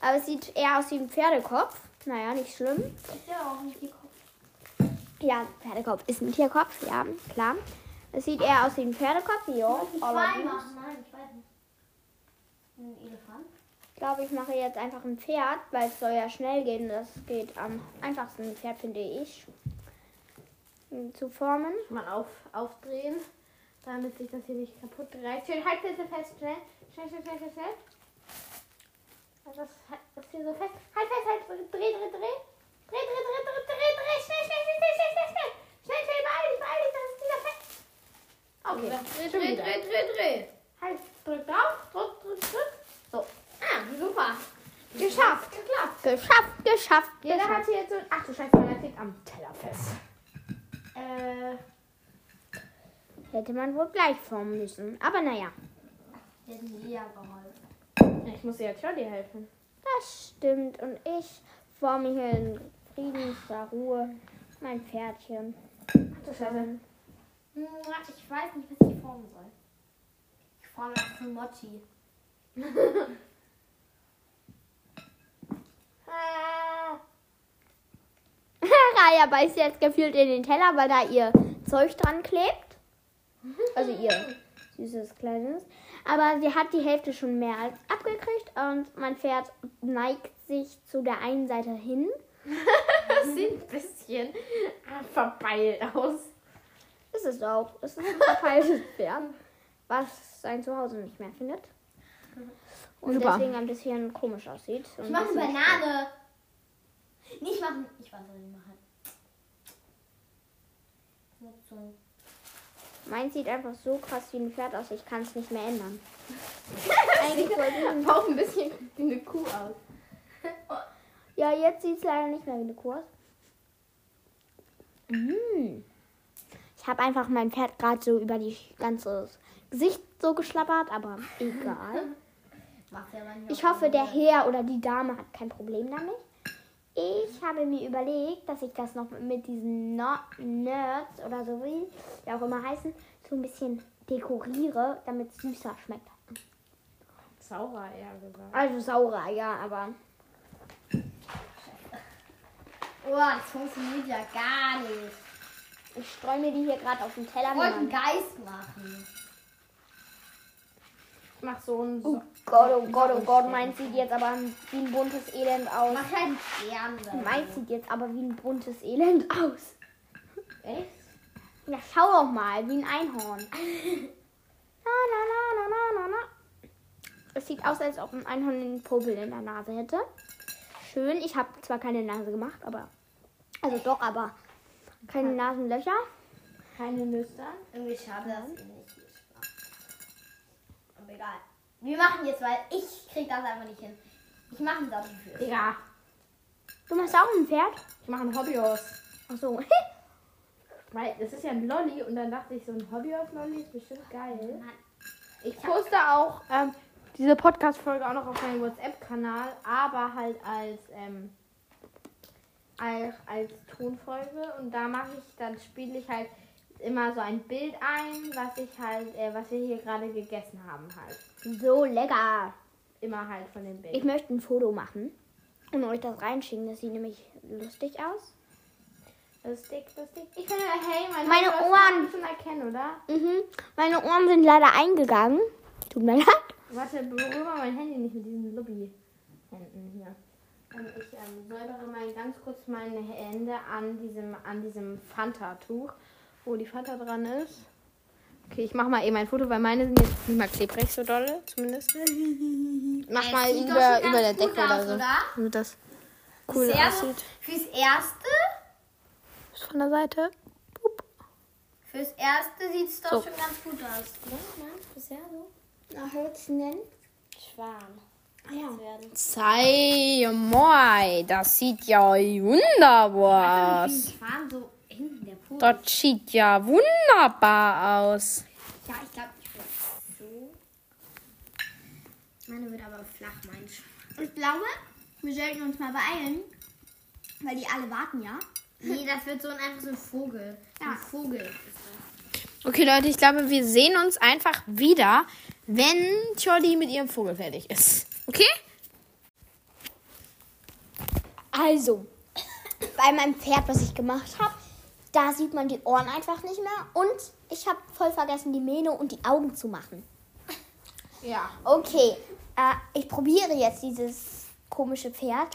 Speaker 3: Aber es sieht eher aus wie ein Pferdekopf. Naja, nicht schlimm.
Speaker 4: Ist ja auch nicht gekommen.
Speaker 3: Ja, Pferdekopf ist ein Tierkopf, ja, klar. Es sieht eher aus wie ein Pferdekopf, ja.
Speaker 4: Oh,
Speaker 3: Aber
Speaker 4: Zwei machen, nein, ich weiß nicht. Ein Elefant?
Speaker 3: ich glaube, ich mache jetzt einfach ein Pferd, weil es soll ja schnell gehen. Das geht am einfachsten, ein Pferd, finde ich, ähm, zu formen.
Speaker 1: Mal auf, aufdrehen, damit sich das hier nicht kaputt reißt. Schön, halt bitte fest, schnell. Schnell, schnell, schnell, schnell, schnell. Halt Das, halt das hier so fest. Halt fest, halt, dreh, dreh, dreh. Dreh, dreh, dreh, dreh, dreh, dreh. Schnell, schnell, schnell, schnell, schnell, schnell, schnell. Schnell, schnell, beeil dich, beeil dich, das ist wieder fest. Okay,
Speaker 4: Dreh,
Speaker 1: schon
Speaker 4: dreh,
Speaker 1: wieder.
Speaker 4: dreh, dreh, dreh.
Speaker 1: Halt, drück drauf, drück, drück, drück.
Speaker 4: Ah, super.
Speaker 1: Geschafft. Geklappt.
Speaker 3: Geschafft, geschafft,
Speaker 1: Jeder
Speaker 3: geschafft.
Speaker 1: hat hier jetzt so ein... Ach du Scheiße, meiner kriegt am Teller fest. Äh,
Speaker 3: Hätte man wohl gleich formen müssen. Aber naja.
Speaker 4: Die hätten dir ja geholfen.
Speaker 1: ich muss dir jetzt schon dir helfen.
Speaker 3: Das stimmt. Und ich forme hier in friedlichster Ruhe mein Pferdchen.
Speaker 1: Ach du Scheiße.
Speaker 4: Mua, Ich weiß nicht, was ich formen soll. Ich forme einfach ein Mochi. Ah.
Speaker 3: Raya beißt jetzt gefühlt in den Teller, weil da ihr Zeug dran klebt. Also ihr süßes kleines. Aber sie hat die Hälfte schon mehr als abgekriegt und mein Pferd neigt sich zu der einen Seite hin.
Speaker 1: Das sieht ein bisschen äh, verbeilt aus.
Speaker 3: Ist es auch. Es ist ein verfeiltes Pferd, was sein Zuhause nicht mehr findet. Und
Speaker 1: Super.
Speaker 3: deswegen ein bisschen komisch aussieht. Und
Speaker 4: Mhm. Ich mache eine
Speaker 3: deswegen-
Speaker 4: Banane. Nicht machen. Ich weiß, was ich mache. Mit so einem-
Speaker 3: Meins sieht einfach so krass wie ein Pferd aus, ich kann es nicht mehr ändern. Eigentlich wollte ich-
Speaker 1: Sieht auch ein bisschen wie eine Kuh aus.
Speaker 3: Ja, jetzt sieht es leider nicht mehr wie eine Kurs. Mm. Ich habe einfach mein Pferd gerade so über die ganze Gesicht so geschlappert, aber egal.
Speaker 4: Macht ja manchmal
Speaker 3: Ich hoffe, der Herr oder die Dame hat kein Problem damit. Ich habe mir überlegt, dass ich das noch mit diesen no Nerds oder so wie die auch immer heißen, so ein bisschen dekoriere, damit es süßer schmeckt.
Speaker 1: Saurer, ja, sogar.
Speaker 3: Also saurer, ja, aber
Speaker 4: Boah, das funktioniert ja gar nicht.
Speaker 3: ich streue mir die hier gerade auf den Teller.
Speaker 4: Ich wollte einen Geist machen.
Speaker 1: Ich mach so ein. So.
Speaker 3: Gott, oh Gott, oh Gott, meins sieht jetzt aber wie ein buntes Elend aus.
Speaker 4: Mach halt einen Stern da.
Speaker 3: Meins sieht jetzt aber wie ein buntes Elend aus.
Speaker 4: Echt?
Speaker 3: Na, schau doch mal, wie ein Einhorn. Na, na, na, na, na, na, na. Es sieht aus, als ob ein Einhorn einen Popel in der Nase hätte. Schön, ich habe zwar keine Nase gemacht, aber. Also doch, aber keine Nasenlöcher.
Speaker 1: Keine Nüstern.
Speaker 4: Irgendwie schade, dass ihr nicht hier macht. Aber egal. Wir machen jetzt, weil ich krieg das einfach nicht hin. Ich mache einen Sattel für.
Speaker 1: Digga,
Speaker 3: Du machst auch ein Pferd?
Speaker 1: ich mach ein Hobbyhaus.
Speaker 3: Ach so.
Speaker 1: Weil das ist ja ein Lolli und dann dachte ich, so ein Hobbyhaus-Lolli ist bestimmt geil.
Speaker 4: Mann.
Speaker 1: Ich poste auch ähm, diese Podcast-Folge auch noch auf meinem WhatsApp-Kanal, aber halt als, ähm, als, als Tonfolge und da mache ich, dann spiele ich halt immer so ein Bild ein, was ich halt, äh, was wir hier gerade gegessen haben halt.
Speaker 3: So lecker.
Speaker 1: Immer halt von dem Bild.
Speaker 3: Ich möchte ein Foto machen und euch das reinschicken. Das sieht nämlich lustig aus.
Speaker 1: Lustig, lustig. Ich finde, hey, mein
Speaker 3: Meine
Speaker 1: Hobbyhaus
Speaker 3: Ohren.
Speaker 1: kann man schon erkennen, oder?
Speaker 3: Mhm. Meine Ohren sind leider eingegangen. Tut mir leid.
Speaker 1: Warte, berühre mal mein Handy nicht mit diesen Lobby-Händen hier. Ähm, ich ähm, säubere mal ganz kurz meine Hände an diesem, an diesem Fanta-Tuch, wo die Fanta dran ist. Okay, ich mach mal eben ein Foto, weil meine sind jetzt nicht mal klebrig so dolle, zumindest. Mach mal
Speaker 4: sieht doch
Speaker 1: über,
Speaker 4: schon
Speaker 1: über der
Speaker 4: ganz
Speaker 1: Decke
Speaker 4: gut
Speaker 1: oder
Speaker 4: aus,
Speaker 1: so.
Speaker 4: oder?
Speaker 1: Damit das cool
Speaker 4: Sehr gut.
Speaker 1: aussieht.
Speaker 4: Fürs Erste?
Speaker 1: Von der Seite. Pup.
Speaker 4: Fürs Erste sieht es doch
Speaker 1: So.
Speaker 4: schon ganz gut aus.
Speaker 3: Nach Hölzen nennen. Ah
Speaker 1: Sei moi, das sieht ja wunderbar aus.
Speaker 4: Die fahren so hinten der Po.
Speaker 1: Das sieht ja wunderbar aus.
Speaker 4: Ja, ich glaube, ich will so. Meine wird aber flach, mein Sch
Speaker 3: Ich glaube, wir sollten uns mal beeilen, weil die alle warten, ja?
Speaker 4: Nee, das wird so ein, einfach so ein Vogel. Ja. Ein Vogel.
Speaker 1: Okay, Leute, ich glaube, wir sehen uns einfach wieder, wenn Jolly mit ihrem Vogel fertig ist. Okay?
Speaker 3: Also, bei meinem Pferd, was ich gemacht habe, da sieht man die Ohren einfach nicht mehr. Und ich habe voll vergessen, die Mähne und die Augen zu machen.
Speaker 1: Ja.
Speaker 3: Okay, äh, ich probiere jetzt dieses komische Pferd.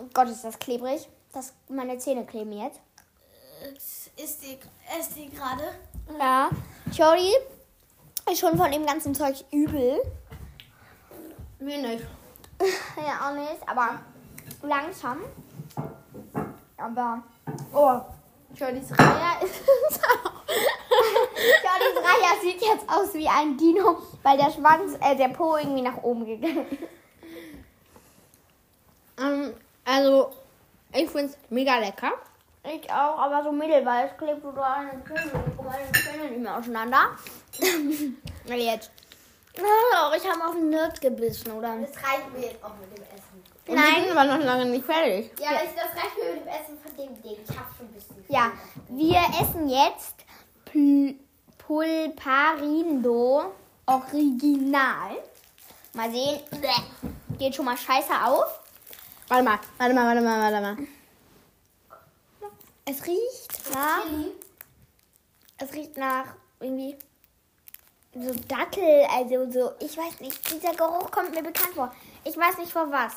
Speaker 3: Oh Gott, ist das klebrig. Das, meine Zähne kleben jetzt.
Speaker 4: Ist die, ist die gerade?
Speaker 3: Ja, Jody ist schon von dem ganzen Zeug übel.
Speaker 1: Mir nicht.
Speaker 3: Ja, auch nicht, aber langsam. Aber, oh,
Speaker 1: Jollys
Speaker 3: Reiher ist es auch. Jordys Reiher sieht jetzt aus wie ein Dino, weil der Schwanz, äh, der Po irgendwie nach oben gegangen ist.
Speaker 1: ähm, Also, ich finde es mega lecker.
Speaker 3: Ich auch, aber so mittel, weil es klebt so an den Zähnen. Ich komme meine Zähne nicht mehr auseinander.
Speaker 1: Na Jetzt.
Speaker 3: Ach, Ah, ich habe auf den Nerd gebissen, oder?
Speaker 4: Das reicht mir jetzt auch mit dem Essen.
Speaker 1: Und Nein. Die sind aber noch lange nicht fertig.
Speaker 4: Ja, aber ich- das reicht mir mit dem Essen von dem Ding. Ich hab schon ein bisschen.
Speaker 3: Ja, wir essen jetzt Pl Pulparindo Original. Mal sehen. Bleh. Geht schon mal scheiße auf.
Speaker 1: Warte mal, warte mal, warte mal, warte mal.
Speaker 3: Es riecht nach. Es riecht nach irgendwie so Dattel, also so. Ich weiß nicht, dieser Geruch kommt mir bekannt vor. Ich weiß nicht vor was.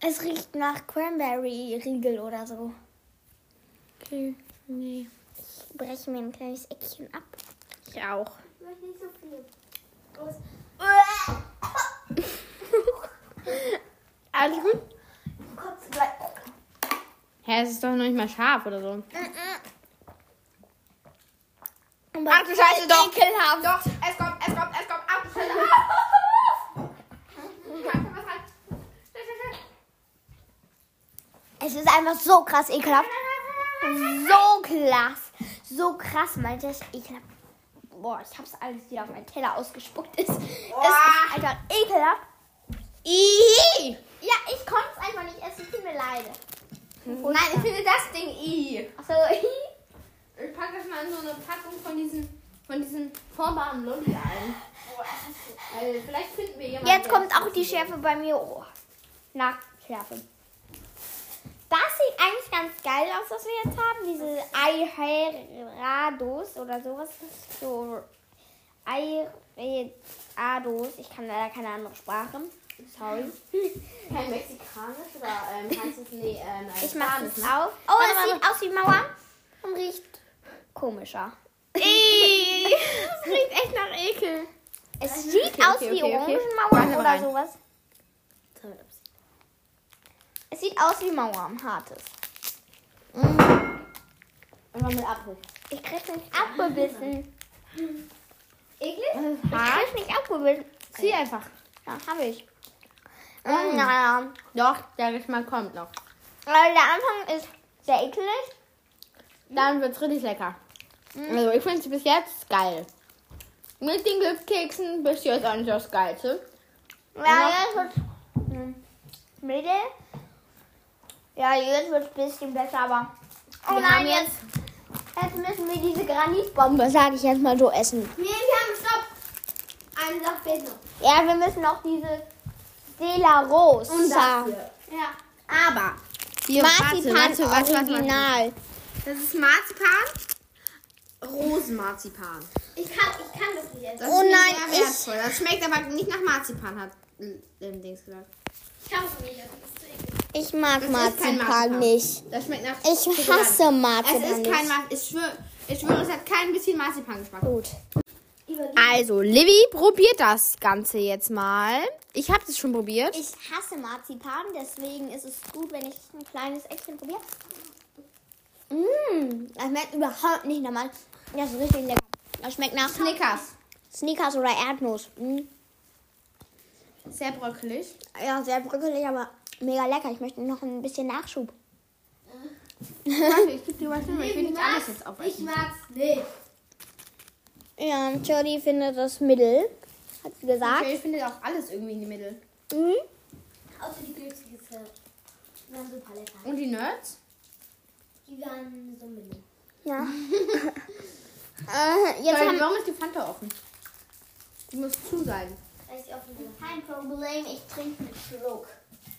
Speaker 3: Es riecht nach Cranberry-Riegel oder so.
Speaker 1: Okay, nee.
Speaker 3: Ich breche mir ein kleines Eckchen ab.
Speaker 1: Ich auch.
Speaker 4: Ich möchte nicht so viel.
Speaker 1: Alles gut?
Speaker 4: Kurz gleich.
Speaker 1: Hä, es ist doch noch nicht mal scharf oder so.
Speaker 3: Ach du Scheiße, doch. Ekelhaft.
Speaker 1: Doch, es kommt, es kommt, es kommt. Ab,
Speaker 3: Es ist einfach so krass ekelhaft. So krass. So krass, meinte ich. Ekelhaft. Boah, ich hab's alles wieder auf meinen Teller ausgespuckt. Es, es ist einfach ekelhaft. Ih. Ja, ich konnte es einfach nicht essen. Tut mir leid.
Speaker 4: Nein, ich finde das Ding i.
Speaker 3: Achso,
Speaker 4: Ich packe das mal in so eine Packung von diesen, von diesen formbaren Lolli ein. Weil vielleicht finden wir jemanden.
Speaker 3: Jetzt
Speaker 4: der-
Speaker 3: kommt auch die Schärfe bei mir. Oh. Na, Schärfe. Das sieht eigentlich ganz geil aus, was wir jetzt haben. Diese Eirados oder sowas. So Eirados. Ich kann leider keine andere Sprache. Sorry.
Speaker 4: Kein mexikanisch oder ähm, heißt es nee, äh, nein.
Speaker 3: Ich mache es auf. Oh, es sieht aus wie Mauer und riecht komischer.
Speaker 4: Das riecht echt nach Ekel.
Speaker 3: Es sieht
Speaker 4: okay,
Speaker 3: aus
Speaker 4: okay,
Speaker 3: wie
Speaker 4: okay, okay.
Speaker 3: Orangenmauer
Speaker 4: Warte mal
Speaker 3: oder
Speaker 4: rein.
Speaker 3: sowas. Es sieht aus wie Mauer, hartes.
Speaker 4: Mhm. Einfach mit Apfel.
Speaker 3: Ich krieg's nicht abgebissen.
Speaker 4: Eklig?
Speaker 3: Ich krieg's nicht abgebissen.
Speaker 4: Zieh einfach.
Speaker 3: Ja, hab ich.
Speaker 4: Mhm.
Speaker 3: Mm. Naja.
Speaker 4: Doch, der Geschmack kommt noch.
Speaker 3: Also der Anfang ist sehr eklig.
Speaker 4: Dann wird's richtig lecker. Also ich finde es bis jetzt geil. Mit den Glückskeksen bist du jetzt auch nicht das Geilste.
Speaker 3: Ja, jetzt wird's hm, mittel. Ja, jetzt wird's ein bisschen besser, aber... Oh
Speaker 4: Wir haben
Speaker 3: nein, jetzt, jetzt müssen wir diese Granitbombe, sage ich jetzt mal so, essen.
Speaker 4: Nee, wir haben Stopp. Eine Sache fehlt noch.
Speaker 3: Ja, wir müssen noch diese Stella Rosa.
Speaker 4: Ja. Aber. Hier,
Speaker 3: Marzipan
Speaker 4: warte, warte, warte, warte, warte.
Speaker 3: Original.
Speaker 4: Das ist Marzipan. Rosenmarzipan.
Speaker 3: Ich kann, ich kann das nicht
Speaker 4: Das
Speaker 3: oh
Speaker 4: ist
Speaker 3: nein,
Speaker 4: sehr
Speaker 3: ich,
Speaker 4: wertvoll. Das schmeckt aber nicht nach Marzipan, hat äh, dem Dings gesagt.
Speaker 3: ich mag
Speaker 4: ist kein
Speaker 3: Marzipan,
Speaker 4: Marzipan.
Speaker 3: nicht.
Speaker 4: Das schmeckt nach
Speaker 3: Ich
Speaker 4: Schokolade.
Speaker 3: hasse
Speaker 4: Es
Speaker 3: Marzipan
Speaker 4: ist
Speaker 3: nicht.
Speaker 4: kein Marzipan. Ich schwöre, ich schwör, es hat kein bisschen Marzipan-Geschmack.
Speaker 3: Gut.
Speaker 1: Also, Livy probiert das Ganze jetzt mal. Ich habe es schon probiert.
Speaker 3: Ich hasse Marzipan, deswegen ist es gut, wenn ich ein kleines Eckchen probiere. Mmm, das schmeckt überhaupt nicht nach Marzipan. Das ist richtig lecker. Das schmeckt nach
Speaker 4: Snickers.
Speaker 3: Sneakers oder Erdnuss. Mm.
Speaker 4: Sehr bröckelig.
Speaker 3: Ja, sehr bröckelig, aber mega lecker. Ich möchte noch ein bisschen Nachschub.
Speaker 4: Warte, ich gebe dir was hin, weil ich will nicht alles jetzt aufessen.
Speaker 2: mag's nicht.
Speaker 3: Ja, Jodie findet das Mittel, hat sie gesagt.
Speaker 4: Okay, ich finde auch alles irgendwie in die Mitte.
Speaker 3: Mhm.
Speaker 2: Außer die Glückskekse. Die waren super lecker.
Speaker 4: Und die Nerds?
Speaker 2: Die waren so mittel.
Speaker 3: Ja. äh, jetzt
Speaker 4: Weil,
Speaker 3: haben
Speaker 4: warum ist die Fanta offen? Die muss zu sein.
Speaker 2: Weil sie offen sind. Kein Problem, ich trinke einen Schluck.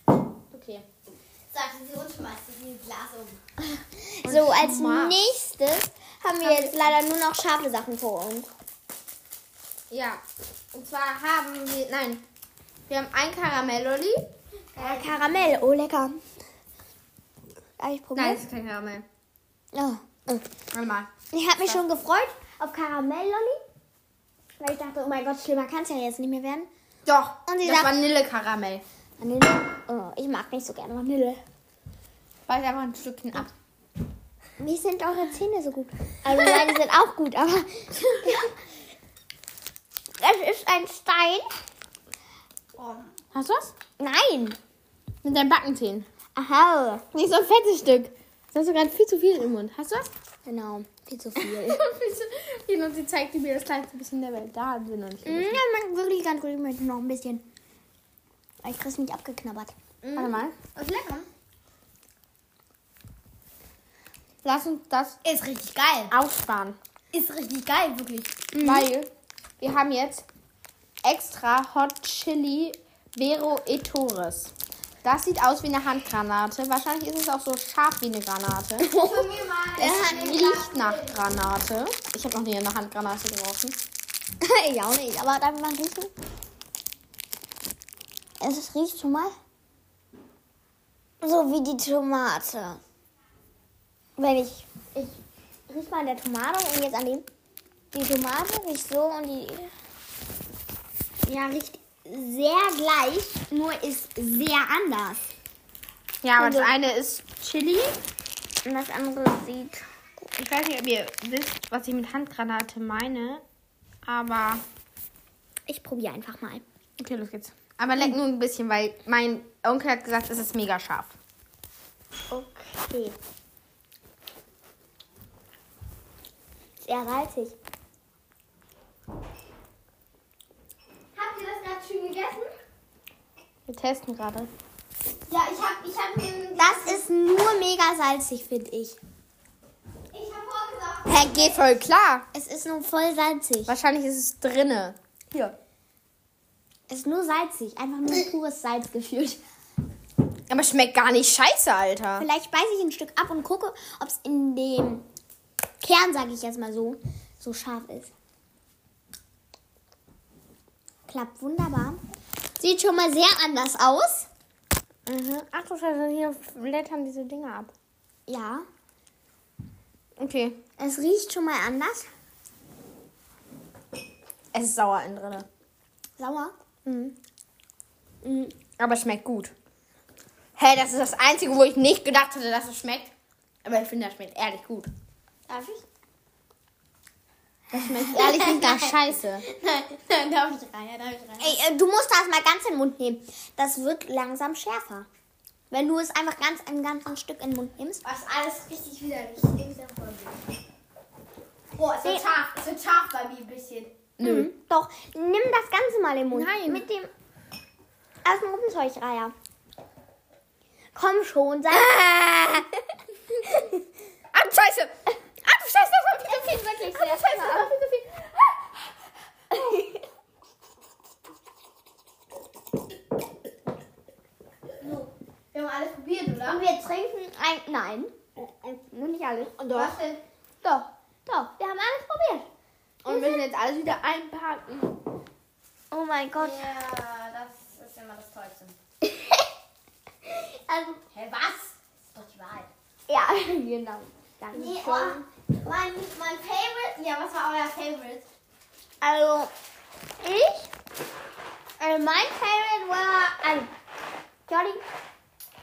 Speaker 4: Okay.
Speaker 2: Sagte sie und schmeißte sie ein Glas um.
Speaker 3: so als
Speaker 4: Schmack.
Speaker 3: nächstes haben wir jetzt leider nur noch scharfe Sachen vor uns.
Speaker 4: Ja. Und zwar haben wir. Nein. Wir haben ein Karamellolli.
Speaker 3: Äh, Karamell, oh lecker. Ja, ich
Speaker 4: Nein,
Speaker 3: probiere.
Speaker 4: es ist kein Karamell.
Speaker 3: Oh. äh.
Speaker 4: Warte mal.
Speaker 3: Ich habe mich schon gefreut auf Karamell-Lolli, weil ich dachte, oh mein Gott, schlimmer kann es ja jetzt nicht mehr werden.
Speaker 4: Doch.
Speaker 3: Und sie
Speaker 4: das
Speaker 3: sagt-
Speaker 4: Vanillekaramell.
Speaker 3: Vanille, oh, ich mag nicht so gerne Vanille.
Speaker 4: Beiß einfach ein Stückchen ab.
Speaker 3: Wie sind eure Zähne so gut? Also meine sind auch gut, aber das ist ein Stein.
Speaker 1: Hast du was?
Speaker 3: Nein.
Speaker 1: Mit deinen Backenzähnen.
Speaker 3: Aha.
Speaker 1: Nicht so ein fettes Stück. Das hast du gerade viel zu viel im Mund. Hast du was?
Speaker 3: Genau, viel zu viel.
Speaker 1: Und sie zeigt mir das kleinste bisschen der Welt. Da haben wir noch nicht.
Speaker 3: mm, ja, man, wirklich ganz gut. Ich möchte noch ein bisschen. Aber Ich krieg's nicht abgeknabbert.
Speaker 1: Warte mal.
Speaker 4: Das ist lecker.
Speaker 1: Lass uns das
Speaker 2: Ist richtig geil.
Speaker 1: aufsparen.
Speaker 2: Ist richtig geil, wirklich.
Speaker 1: Weil wir haben jetzt extra Hot Chili Vero Etores. Das sieht aus wie eine Handgranate. Wahrscheinlich ist es auch so scharf wie eine Granate.
Speaker 4: Von mir mal.
Speaker 1: Es riecht nach Granate. Ich habe noch nie eine Handgranate gerochen.
Speaker 3: ich auch nicht, aber darf ich mal riechen? Es riecht schon mal so wie die Tomate. Wenn ich, ich riech mal an der Tomate und jetzt an dem. Die Tomate riecht so und die. Ja, riecht sehr gleich, nur ist sehr anders.
Speaker 1: Ja, aber das eine ist Chili.
Speaker 3: Und das andere sieht.
Speaker 1: Ich weiß nicht, ob ihr wisst, was ich mit Handgranate meine. Aber.
Speaker 3: Ich probiere einfach mal.
Speaker 1: Okay, los geht's. Aber leck nur ein bisschen, weil mein Onkel hat gesagt, es ist mega scharf.
Speaker 3: Oh. Kaffee. Ist eher salzig.
Speaker 4: Habt ihr das gerade schön gegessen?
Speaker 1: Wir testen gerade.
Speaker 4: Ja, ich hab, ich hab mir,
Speaker 3: Das ist nur mega salzig, finde ich.
Speaker 4: ich hab vorgesagt.
Speaker 1: Hä, geht voll klar.
Speaker 3: Es ist nur voll salzig.
Speaker 1: Wahrscheinlich ist es drinne. Hier.
Speaker 3: Es ist nur salzig. Einfach nur pures Salz gefühlt.
Speaker 1: Aber schmeckt gar nicht scheiße, Alter.
Speaker 3: Vielleicht beiße ich ein Stück ab und gucke, ob es in dem Kern, sage ich jetzt mal so, so scharf ist. Klappt wunderbar. Sieht schon mal sehr anders aus.
Speaker 1: Mhm. Ach du Scheiße, hier blättern diese Dinger ab.
Speaker 3: Ja,
Speaker 1: Okay.
Speaker 3: es riecht schon mal anders.
Speaker 1: Es ist sauer innen drinne.
Speaker 3: Sauer.
Speaker 1: Aber schmeckt gut. Hä, das ist das Einzige, wo ich nicht gedacht hätte, dass es schmeckt. Aber ich finde, das schmeckt ehrlich gut.
Speaker 4: Darf ich?
Speaker 1: Das schmeckt ehrlich nicht nach Scheiße.
Speaker 4: Nein, nein, darf ich rein, ja, darf ich rein.
Speaker 3: Ey, äh, du musst das mal ganz in den Mund nehmen. Das wird langsam schärfer. Wenn du es einfach ganz ein ganzes Stück in den Mund nimmst.
Speaker 4: Was alles richtig widerlich. Ich nehm's ja vor mir. Boah, es wird scharf, es wird scharf bei mir ein bisschen.
Speaker 1: Nö.
Speaker 3: Mhm. Doch, nimm das Ganze mal im Mund.
Speaker 1: Nein.
Speaker 3: Mit dem aus dem Rumzeugreiher. Komm schon, sag. Ah!
Speaker 1: Ah, du Scheiße! Ah, du Scheiße, das war
Speaker 4: Es wird
Speaker 3: Ah,
Speaker 4: wirklich sehr scharf. So, wir haben alles probiert, oder?
Speaker 3: Wir trinken ein. Nein. Nur nicht alles.
Speaker 4: Was denn?
Speaker 3: Doch, doch, wir haben alles probiert.
Speaker 1: Und müssen jetzt alles wieder einpacken.
Speaker 3: Oh mein Gott.
Speaker 4: Ja, das ist immer das Tollste.
Speaker 3: Also,
Speaker 4: Hä, was? Ist doch die Wahrheit.
Speaker 3: ja, genau. Danke.
Speaker 4: Nee, oh, mein, mein Favorite. Ja, was war euer Favorite?
Speaker 3: Also, ich, äh, mein Favorite war, also, Jolly,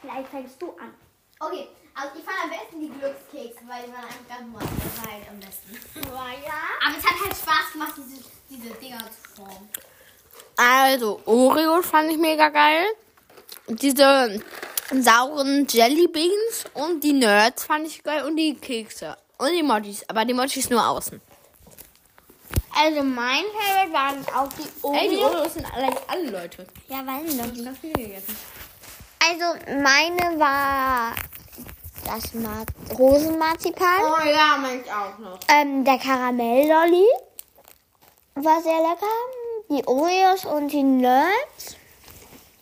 Speaker 3: vielleicht fängst du an.
Speaker 4: Okay, also ich fand am besten die Glückskekse, weil die waren einfach ganz normal. Das war halt am besten.
Speaker 3: ja.
Speaker 4: Aber es hat halt Spaß gemacht, diese, diese Dinger zu formen.
Speaker 1: Also, Oreo fand ich mega geil. Diese sauren Jelly Beans und die Nerds fand ich geil und die Kekse. Und die Mochis, aber die Mochis nur außen.
Speaker 3: Also, mein Favorite waren auch die Oreos.
Speaker 1: Ey, die Oreos sind eigentlich alle Leute.
Speaker 3: ja, weiß ich
Speaker 1: Ich
Speaker 3: noch.
Speaker 1: hab viele gegessen.
Speaker 3: Also, meine war das Mar Rosenmarzipan.
Speaker 1: Oh ja, meins auch noch.
Speaker 3: Ähm, der Karamell-Lolli war sehr lecker. Die Oreos und die Nerds.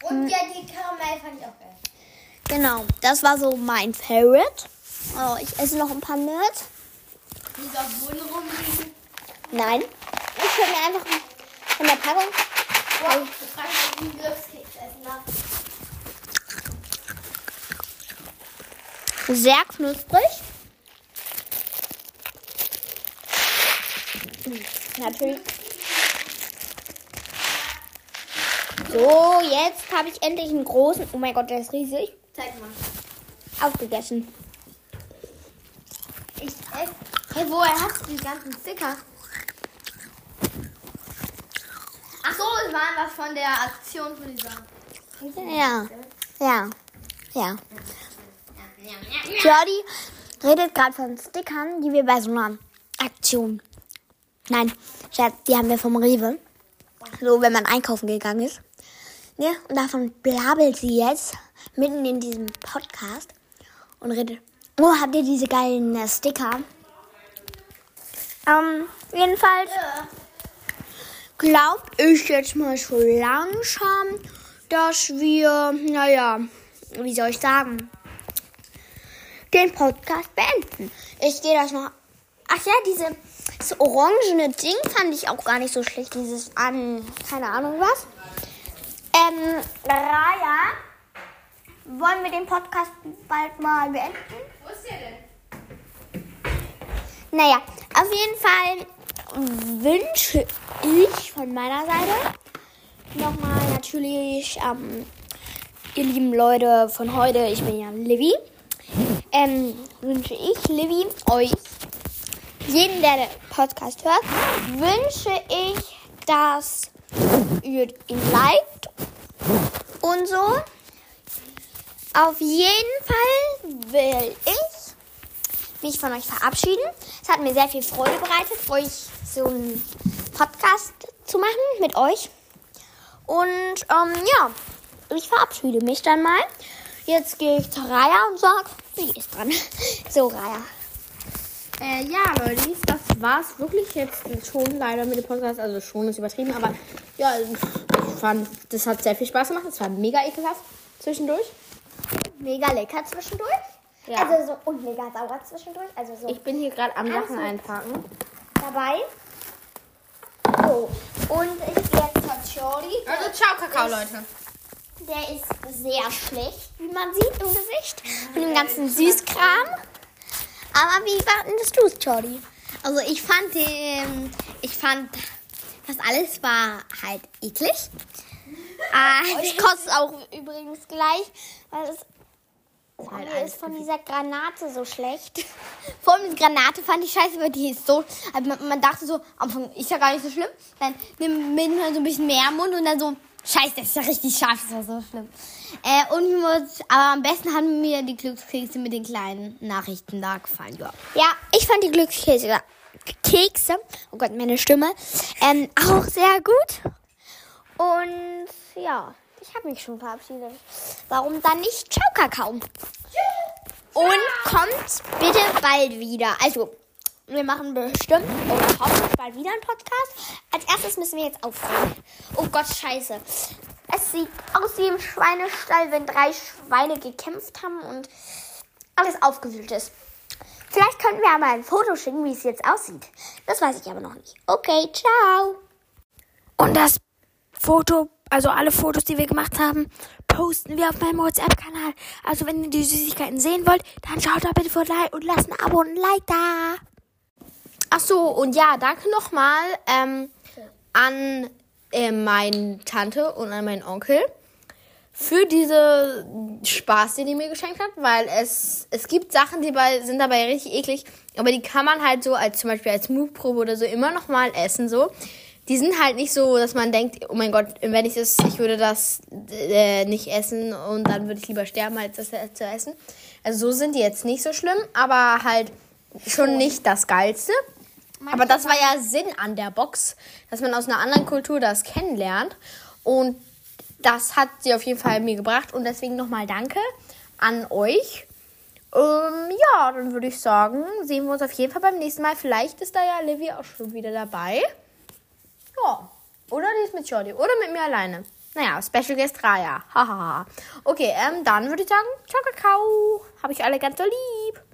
Speaker 4: Und ja, die Karamell fand ich auch geil.
Speaker 3: Genau, das war so mein Favorite. Oh, ich esse noch ein paar Nerds.
Speaker 4: Diese auf dem Boden rumliegen.
Speaker 3: Nein. Ich hole mir einfach von der Packung.
Speaker 4: Boah, Oh, ich frage mich, ob ich einen Glückskeks essen darf.
Speaker 3: Sehr knusprig. Natürlich. So, jetzt habe ich endlich einen großen. Oh mein Gott, der ist riesig.
Speaker 4: Zeig mal.
Speaker 3: Aufgegessen.
Speaker 4: Ich esse. Hey, woher hast du die ganzen Sticker? Ach so, es waren was von der Aktion von dieser.
Speaker 3: Ja. Ja. Ja. Jordi redet gerade von Stickern, die wir bei so einer Aktion. Nein, Scherz, die haben wir vom Rewe. So, wenn man einkaufen gegangen ist. Ne? Und davon blabelt sie jetzt mitten in diesem Podcast und redet. Oh, habt ihr diese geilen äh, Sticker? Ähm, jedenfalls glaubt ich jetzt mal so langsam, dass wir, naja, wie soll ich sagen, den Podcast beenden. Ich gehe das noch. Ach ja, diese, das orangene Ding fand ich auch gar nicht so schlecht. Dieses an, keine Ahnung was. Ähm, Raya, wollen wir den Podcast bald mal beenden?
Speaker 4: Wo ist der denn?
Speaker 3: Naja, auf jeden Fall wünsche ich von meiner Seite nochmal natürlich, ähm, ihr lieben Leute von heute, ich bin ja Livy, ähm, wünsche ich Livy euch, jeden, der den Podcast hört, wünsche ich, dass ihr ihn liked und so. Auf jeden Fall will ich mich von euch verabschieden. Es hat mir sehr viel Freude bereitet, euch so einen Podcast zu machen mit euch. Und ähm, ja, ich verabschiede mich dann mal. Jetzt gehe ich zu Raya und sag, sie ist dran. So, Raya.
Speaker 1: Äh, ja, Leute, das war's wirklich jetzt schon leider mit dem Podcast. Also schon ist übertrieben, aber ja, ich fand, das hat sehr viel Spaß gemacht. Es war mega ekelhaft zwischendurch.
Speaker 3: Mega lecker zwischendurch.
Speaker 1: Ja.
Speaker 3: Also so, und mega sauer zwischendurch. Also so
Speaker 1: Ich bin hier gerade am
Speaker 3: Alles
Speaker 1: Sachen
Speaker 3: gut.
Speaker 1: einpacken.
Speaker 3: dabei. So, und ich gehe jetzt zu Jordi.
Speaker 1: Also ciao, Kakao, Leute.
Speaker 3: Der ist sehr schlecht, wie man sieht im Gesicht. Und dem ganzen Süßkram. Aber wie fandest du es, Jordi?
Speaker 2: Also ich fand den, ich fand das alles war halt eklig.
Speaker 3: Ah, das kostet auch übrigens gleich, weil es mir ist von dieser Granate so schlecht.
Speaker 2: Vor allem die Granate fand ich scheiße, weil die ist so, also man, man dachte so, am Anfang ist ja gar nicht so schlimm. Dann nimmt nimmt man halt so ein bisschen mehr im Mund und dann so, scheiße, das ist ja richtig scharf, das war so schlimm. Äh, und mir muss- aber am besten haben mir die Glückskekse mit den kleinen Nachrichten da gefallen, ja.
Speaker 3: Ja, ich fand die Glückskekse, Kekse, oh Gott, meine Stimme, ähm, auch sehr gut. Und ja, ich habe mich schon verabschiedet. Warum dann nicht Ciao Kakao? Und kommt bitte bald wieder. Also, wir machen bestimmt oder hoffentlich bald wieder einen Podcast. Als erstes müssen wir jetzt aufräumen. Oh Gott, scheiße. Es sieht aus wie im Schweinestall, wenn drei Schweine gekämpft haben und alles aufgewühlt ist. Vielleicht könnten wir aber ein Foto schicken, wie es jetzt aussieht. Das weiß ich aber noch nicht. Okay, ciao.
Speaker 5: Und das Foto, also alle Fotos, die wir gemacht haben, posten wir auf meinem WhatsApp-Kanal. Also wenn ihr die Süßigkeiten sehen wollt, dann schaut da bitte vorbei und lasst ein Abo und ein Like da.
Speaker 1: Ach so, und ja, danke nochmal ähm, an äh, meine Tante und an meinen Onkel für diese Spaß, den die mir geschenkt hat, weil es, es gibt Sachen, die bei, sind dabei richtig eklig, aber die kann man halt so als zum Beispiel als Mutprobe oder so immer noch mal essen so. Die sind halt nicht so, dass man denkt, oh mein Gott, wenn ich das, ich würde das äh, nicht essen und dann würde ich lieber sterben, als das zu essen. Also so sind die jetzt nicht so schlimm, aber halt schon nicht das Geilste. Aber das war ja Sinn an der Box, dass man aus einer anderen Kultur das kennenlernt. Und das hat sie auf jeden Fall mir gebracht. Und deswegen nochmal Danke an euch. Ähm, ja, dann würde ich sagen, sehen wir uns auf jeden Fall beim nächsten Mal. Vielleicht ist da ja Olivia auch schon wieder dabei. Ja. Oder die ist mit Jordi. Oder mit mir alleine. Naja, Special Guest Raya. Hahaha. okay, ähm, dann würde ich sagen, ciao, Kakao. Habe ich alle ganz so lieb.